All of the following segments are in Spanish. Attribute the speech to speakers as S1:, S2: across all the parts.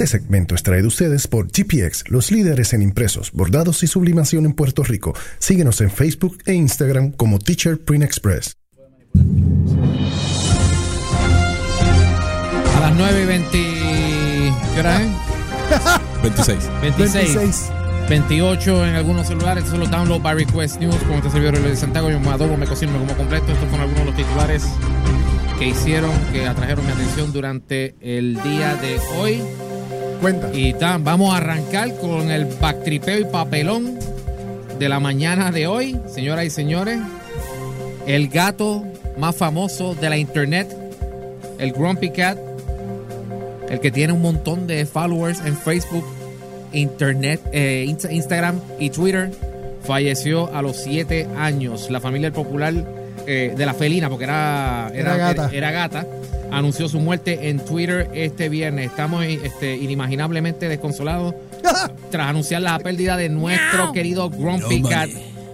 S1: Este segmento es traído ustedes por GPX, los líderes en impresos, bordados y sublimación en Puerto Rico. Síguenos en Facebook e Instagram como Teacher Print Express.
S2: A las 9 y 20. ¿Qué hora es?
S3: 26.
S2: 26. 28 en algunos celulares. Estos son los download by request news. Como este servidor de Santiago, yo me adobo, me cocino, me como completo. Estos fueron algunos de los titulares que hicieron, que atrajeron mi atención durante el día de hoy.
S4: Cuenta.
S2: Y tan, vamos a arrancar con el backtripeo y papelón de la mañana de hoy, señoras y señores. El gato más famoso de la internet, el Grumpy Cat, el que tiene un montón de followers en Facebook, Internet, eh, Insta- Instagram y Twitter, falleció a los 7 años. La familia del popular eh, de la felina, porque era,
S4: Era gata.
S2: era gata, anunció su muerte en Twitter este viernes. Estamos este, inimaginablemente desconsolados tras anunciar la pérdida de nuestro querido Grumpy
S3: Nobody.
S2: Cat,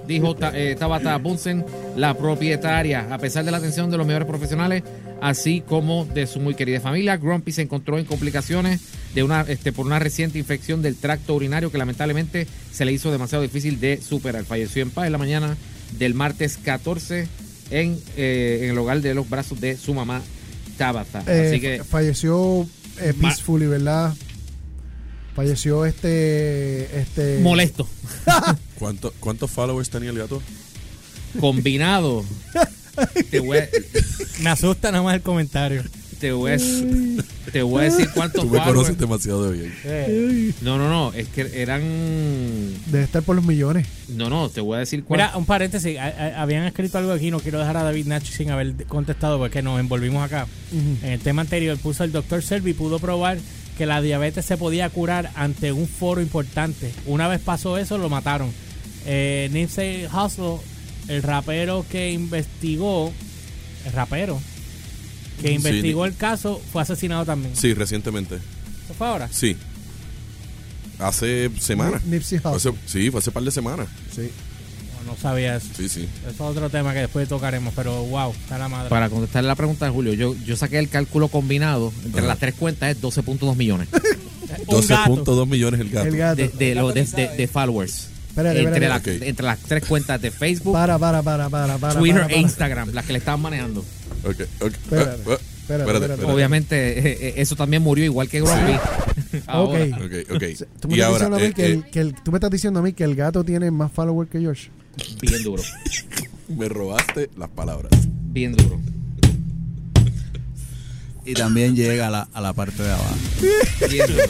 S2: dijo Ta- eh, Tabata Bunsen, la propietaria. A pesar de la atención de los mejores profesionales, así como de su muy querida familia, Grumpy se encontró en complicaciones de una, este, por una reciente infección del tracto urinario que lamentablemente se le hizo demasiado difícil de superar. Falleció en paz en la mañana del martes 14 en, eh, en el hogar de los brazos de su mamá Tabata.
S4: Eh,
S2: así que
S4: falleció eh,
S2: Ma-
S4: peacefully, ¿verdad? Falleció este. este
S2: molesto,
S3: ¿Cuánto- ¿Cuántos followers tenía el gato?
S2: combinado. Te voy a-
S5: Me asusta nada más el comentario.
S2: Te voy a,
S4: Mm.
S2: te voy a decir cuántos
S3: Tú me
S2: followers-
S3: conoces demasiado bien.
S2: No, no, no. Es que eran.
S4: Debe estar por los millones.
S2: No, no, te voy a decir cuántos.
S5: Mira, un paréntesis. a- a- habían escrito algo aquí. No quiero dejar a David Nacho sin haber contestado porque nos envolvimos acá. En el tema anterior puso el doctor Servi pudo probar que la diabetes se podía curar ante un foro importante. Una vez pasó eso, lo mataron. Eh, Nipsey Hussle, el rapero que investigó, el rapero que
S3: Sí,
S5: investigó el caso, fue asesinado también.
S3: Sí, recientemente.
S5: ¿Eso fue ahora?
S3: Sí. Hace semanas.
S4: Ni- Nipsey
S3: Fue
S4: Hussle.
S3: hace- Sí, fue hace par de semanas.
S4: Sí.
S5: No, no sabía eso.
S3: Sí, sí.
S5: Eso es otro tema que después tocaremos, pero wow, está la madre.
S2: Para contestar la pregunta de Julio, yo, yo saqué el cálculo combinado entre
S3: Ajá.
S2: las tres cuentas, es 12.2 millones
S5: Un gato.
S3: 12.2 millones el gato.
S4: El gato.
S2: de, de, lo- de- de- de followers.
S4: Espérate,
S2: entre,
S4: espérate.
S2: la-
S3: Ok.
S2: entre las tres cuentas de Facebook,
S4: Para, para, para, para, para.
S2: Twitter
S4: para, para.
S2: e Instagram, las que le estaban manejando.
S3: Ok, ok.
S4: Espérate,
S3: Ah, ah,
S4: espérate, espérate.
S2: Obviamente, eh, eh, eso también murió igual que Grumpy. Ahora.
S3: Ok,
S4: Ok.
S3: ok.
S4: Tú me,
S3: Y
S4: estás
S3: ahora,
S4: diciendo a mí
S3: eh,
S4: que el-
S3: eh,
S4: que el- tú me estás diciendo a mí que el gato tiene más followers que George.
S2: Bien duro.
S3: me robaste las palabras.
S2: Bien duro.
S6: Y también llega a la, a la parte de abajo.
S2: Bien duro.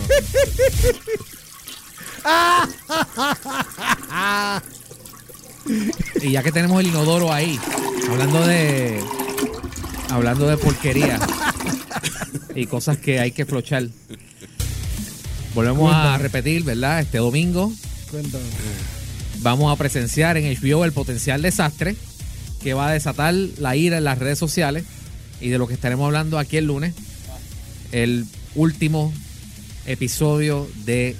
S2: Y ya que tenemos el inodoro ahí, hablando de hablando de porquería y cosas que hay que flochar. Volvemos a repetir, ¿verdad? Este domingo
S4: Cuéntame.
S2: vamos a presenciar en HBO el potencial desastre que va a desatar la ira en las redes sociales y de lo que estaremos hablando aquí el lunes, el último episodio de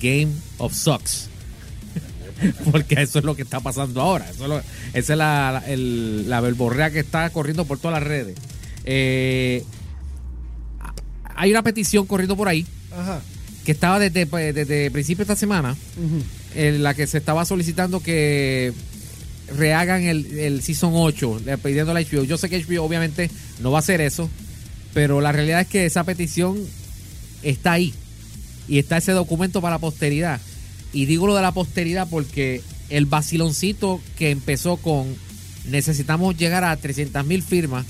S2: Game of Sucks. Porque eso es lo que está pasando ahora. Eso es lo- esa es la, la- el- la verborrea que está corriendo por todas las redes. Eh, hay una petición corriendo por ahí
S4: Ajá.
S2: que estaba desde, pues, desde principio de esta semana
S4: Ujú.
S2: en la que se estaba solicitando que rehagan el, el Season 8, le- pidiendo a la HBO. Yo sé que HBO obviamente no va a hacer eso, pero la realidad es que esa petición está ahí y está ese documento para la posteridad. Y digo lo de la posteridad porque el vaciloncito que empezó con necesitamos llegar a 300.000 mil firmas,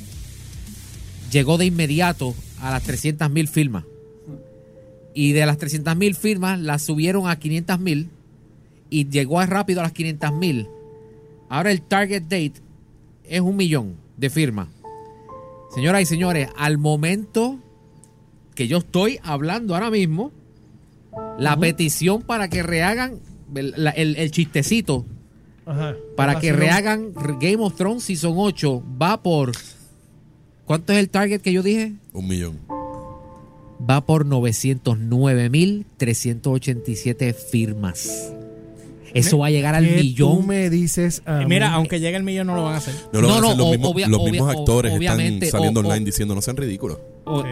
S2: llegó de inmediato a las 300.000 mil firmas. Y de las 300.000 mil firmas las subieron a 500.000 mil y llegó a rápido a las 500 mil. Ahora el target date es un millón de firmas. Señoras y señores, al momento que yo estoy hablando ahora mismo, la petición para que rehagan el, la- el- el chistecito,
S4: Ajá.
S2: para que
S4: Vacilón.
S2: rehagan Game of Thrones Season 8, va por... ¿Cuánto es el target que yo dije?
S3: Un millón.
S2: va por 909.387 firmas. Eso va a llegar al
S4: ¿Qué Tú
S2: millón.
S4: me dices a
S5: Y mira,
S4: mí?
S5: aunque llegue el millón no lo van a hacer.
S3: No
S2: No,
S3: lo van a hacer
S2: no,
S3: los
S2: o-
S3: mismos,
S2: obvia-
S3: los
S2: obvia-
S3: mismos
S2: o-
S3: actores están
S2: obviamente,
S3: saliendo
S2: o-
S3: online
S2: o-
S3: diciendo no sean ridículos.
S2: O-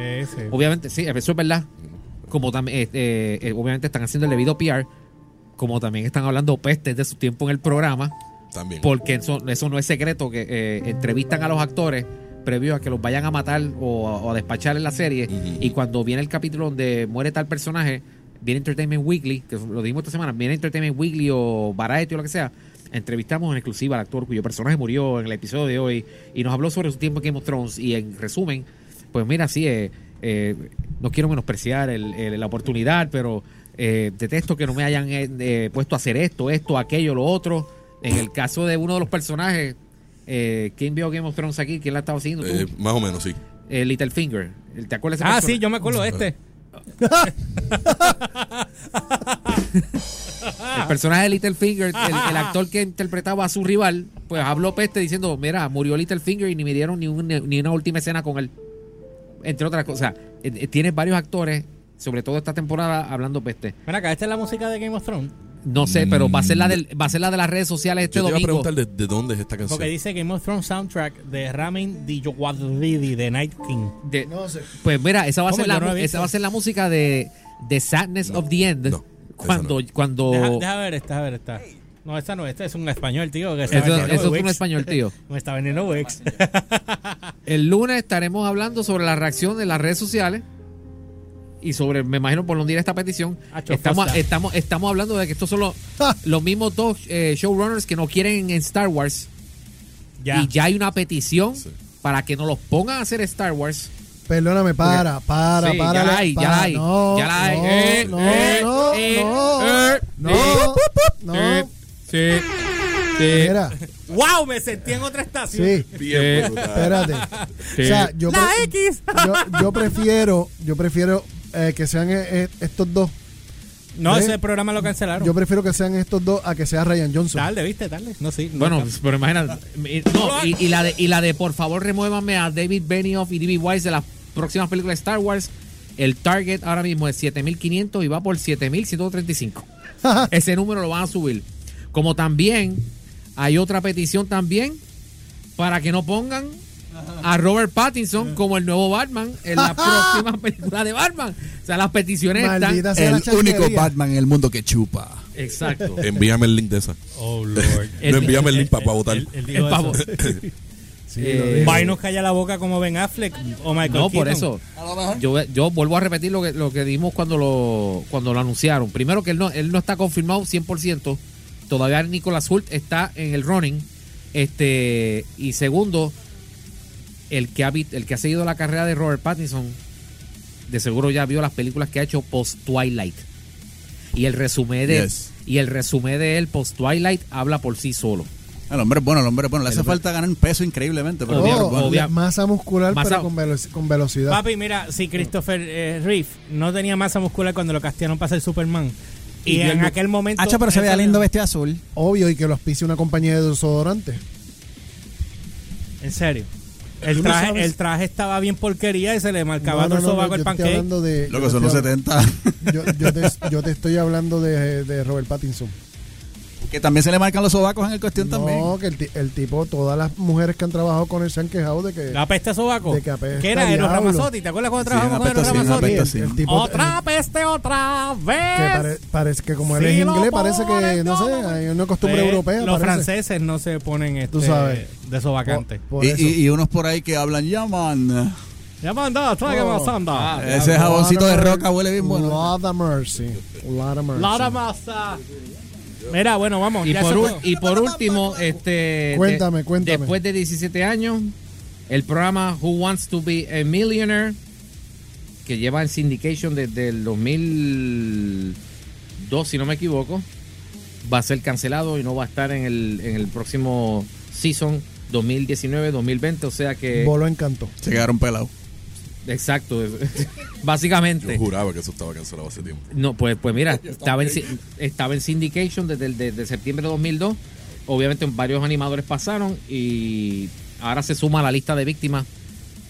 S2: Obviamente, sí, eso es verdad. como también, eh, eh, eh, obviamente están haciendo el debido PR, como también están hablando pestes de su tiempo en el programa,
S3: También.
S2: porque eso, eso no es secreto, que eh, entrevistan a los actores previo a que los vayan a matar o, a- o a despachar en la serie,
S3: Ujú.
S2: y cuando viene el capítulo donde muere tal personaje, viene Entertainment Weekly, que lo dijimos esta semana, viene Entertainment Weekly o Variety o lo que sea, entrevistamos en exclusiva al actor cuyo personaje murió en el episodio de hoy y nos habló sobre su tiempo en Game of Thrones y en resumen, pues mira, sí, eh, eh, no quiero menospreciar el- el- la oportunidad, pero eh, detesto que no me hayan eh, eh, puesto a hacer esto, esto, aquello, lo otro. En el caso de uno de los personajes, eh, ¿quién vio Game of Thrones aquí? ¿Quién la estaba siguiendo?
S3: Eh,
S2: Tú.
S3: más o menos, sí.
S2: Eh, Littlefinger. ¿Te acuerdas de ese
S5: Ah,
S2: personaje?
S5: sí, yo me acuerdo de este.
S2: El personaje de Littlefinger, el, el actor que interpretaba a su rival, pues habló peste diciendo, mira, murió Littlefinger y ni me dieron ni, un- ni una última escena con él. Entre otras cosas, Eh, eh, tienes varios actores, sobre todo esta temporada, hablando peste.
S5: Mira acá, esta es la música de Game of Thrones.
S2: No sé, pero va a ser la, del, va a ser la de las redes sociales este
S3: Mm. Yo te iba a
S2: domingo.
S3: preguntar de, de dónde es esta canción.
S5: Porque dice Game of Thrones soundtrack de Ramen Djawadidi de Night King.
S2: De-
S4: No sé.
S2: pues mira, esa va, a
S5: ¿Cómo?
S2: ser
S5: Yo
S2: la,
S5: no la he visto.
S2: esa va a ser la música de, de Sadness
S3: No,
S2: of the End.
S3: no, esa
S2: cuando... cuando
S5: Deja, deja ver esta, deja ver esta. No, esta no, esta es un español, tío. Que está
S2: eso,
S5: vendiendo
S2: eso es un
S5: Wix.
S2: español, tío.
S5: Me está vendiendo Wix.
S2: El lunes estaremos hablando sobre la reacción de las redes sociales y sobre, me imagino, por donde irá esta petición.
S5: Acho,
S2: Estamos,
S5: fosta.
S2: estamos, estamos hablando de que estos son los, los mismos dos eh, showrunners que no quieren en Star Wars.
S5: ya.
S2: Y ya hay una petición
S3: Sí.
S2: para que no los pongan a hacer Star Wars.
S4: Perdóname, para, para,
S2: Sí,
S4: para.
S2: ya la hay, ya la hay.
S4: No,
S2: ya la hay.
S4: no,
S2: Eh,
S4: no,
S2: eh,
S4: no,
S2: eh,
S4: no,
S2: eh,
S4: no,
S2: eh,
S4: no.
S2: eh, sí, sí,
S4: Mira,
S5: ¡Wow! Me sentí en otra estación.
S4: sí,
S3: Bien
S2: Eh,
S3: brutal.
S4: espérate.
S2: sí.
S4: O sea, yo,
S5: La
S4: pre-
S5: X.
S4: yo, yo prefiero, yo prefiero eh, que sean eh, eh, estos dos.
S5: No,
S4: ¿Eh?
S5: ese programa lo cancelaron.
S4: Yo prefiero que sean estos dos a que sea Ryan Johnson.
S5: Tarde, viste, tarde. No, sí. no
S2: Bueno,
S5: está-
S2: pero imagina. eh, No, y, y la de, y la de por favor remuévanme a David Benioff y D.B. Weiss de las próximas películas de Star Wars. El target ahora mismo es 7500 y va por 7135. Ese número lo van a subir. Como también hay otra petición también para que no pongan a Robert Pattinson como el nuevo Batman en la próxima película de Batman. O sea, las peticiones
S4: Maldita
S2: están.
S4: sea la
S6: El
S4: chanquería.
S6: único Batman en el mundo que chupa.
S2: Exacto.
S3: Envíame el link de esa.
S5: Oh, Lord.
S2: El-
S3: no, envíame el link para votar.
S5: Él- él
S2: El
S5: dijo
S2: pavo.
S5: eso.
S2: Eh,
S5: Vai nos calla la boca como Ben Affleck o Michael
S2: No, por
S5: Keaton.
S2: eso. Yo, yo vuelvo a repetir lo que, lo que dimos cuando lo, cuando lo anunciaron. Primero que él no, él no está confirmado 100%. Todavía Nicolas Hult está en el running. Este, y segundo, el que, ha, vi- el que ha seguido la carrera de Robert Pattinson, de seguro ya vio las películas que ha hecho post-Twilight. Y el resumen de,
S6: Yes.
S2: y el resumen de él post-Twilight habla por sí solo.
S6: El hombre es bueno, el hombre es bueno. Le hace falta ganar peso increíblemente. Pero
S4: Oh,
S6: el hombre
S2: Obvio,
S6: es bueno.
S2: obvio.
S4: masa muscular,
S2: Masa-
S4: pero con, velo- con velocidad.
S5: Papi, mira, si Christopher eh, Reeve no tenía masa muscular cuando lo castigaron para ser Superman y,
S2: Y
S5: en
S2: yo-
S5: aquel momento...
S6: Hacha, pero se
S5: eso-
S6: veía lindo vestido azul.
S4: Obvio, y que lo auspicie una compañía de desodorante.
S5: En serio. El
S4: Tú no
S5: traje,
S4: sabes.
S5: el traje estaba bien porquería y se le marcaba
S4: No,
S5: todo
S4: no,
S5: el
S4: no,
S5: sobaco
S4: no,
S5: el
S4: yo estoy
S5: pancake.
S4: hablando de-
S6: Loco,
S4: yo
S6: son los
S4: estoy hablando-
S6: 70.
S4: Yo, yo te, yo te estoy hablando de, de Robert Pattinson.
S6: que también se le marcan los sobacos en el cuestión también.
S4: No, que el, ti- el tipo, todas las mujeres que han trabajado con él se han quejado de que.
S5: La peste a sobaco.
S4: De que apesta,
S5: que era Eros
S4: diablo.
S5: Ramazzotti. ¿Te acuerdas cuando
S6: Sí,
S5: trabajamos
S6: una
S5: con Eros
S6: peste así, una
S5: Ramazzotti?
S6: peste
S4: el,
S6: así.
S4: el tipo.
S5: Otra peste, otra
S4: Que
S5: vez.
S4: pare- parece que como él
S5: Sí,
S4: es
S5: lo
S4: inglés, parece que,
S5: ponen,
S4: no sé,
S5: no, no.
S4: hay una costumbre
S5: Eh,
S4: europea.
S5: Los
S4: parece.
S5: franceses no se ponen este,
S4: Tú sabes. Oh.
S5: de sobacante.
S4: Por- por
S6: Y,
S4: eso.
S6: y- y unos por ahí que hablan, llaman.
S5: Ya mandó, tráigame
S4: Oh.
S5: sanda.
S6: Ese jaboncito de
S4: Lord of
S6: roca huele bien bueno.
S4: Lord of mercy. Lord of mercy.
S5: Lara Massa. ah, Mira, bueno, vamos.
S2: Y
S5: ya
S2: por,
S5: eso
S2: ul-
S5: fue.
S2: y por último, este. de-
S4: Cuéntame, cuéntame.
S2: Después de 17 años, el programa Who Wants to Be a Millionaire, que lleva en syndication desde el 2002, si no me equivoco, va a ser cancelado y no va a estar en el, en el próximo season 2019-2020. O sea que.
S4: Voló encanto.
S6: Se quedaron pelados.
S2: exacto.
S3: Yo
S2: Básicamente.
S3: juraba que eso estaba cancelado hace tiempo.
S2: No, pues, pues mira, estaba en, si- estaba en syndication desde, el- desde septiembre de 2002. Obviamente varios animadores pasaron y ahora se suma a la lista de víctimas.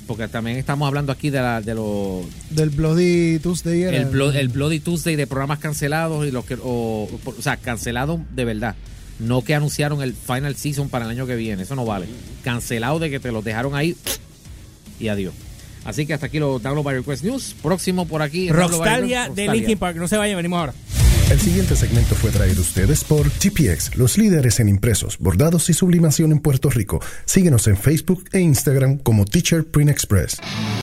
S2: Porque también estamos hablando aquí de, la, de los
S4: Del Bloody Tuesday era.
S2: el, Blo- el Bloody Tuesday de programas cancelados y los que o, o sea cancelados de verdad no que anunciaron el final season para el año que viene eso no vale cancelado de que te los dejaron ahí y adiós Así que hasta aquí los Download by Request News. Próximo por aquí. Download by
S5: Rockstalia
S2: Request,
S5: de
S2: Rockstalia.
S5: Linkin Park. No se vayan, venimos ahora.
S1: El siguiente segmento fue traído a ustedes por GPX, los líderes en impresos, bordados y sublimación en Puerto Rico. Síguenos en Facebook e Instagram como Teacher Print Express.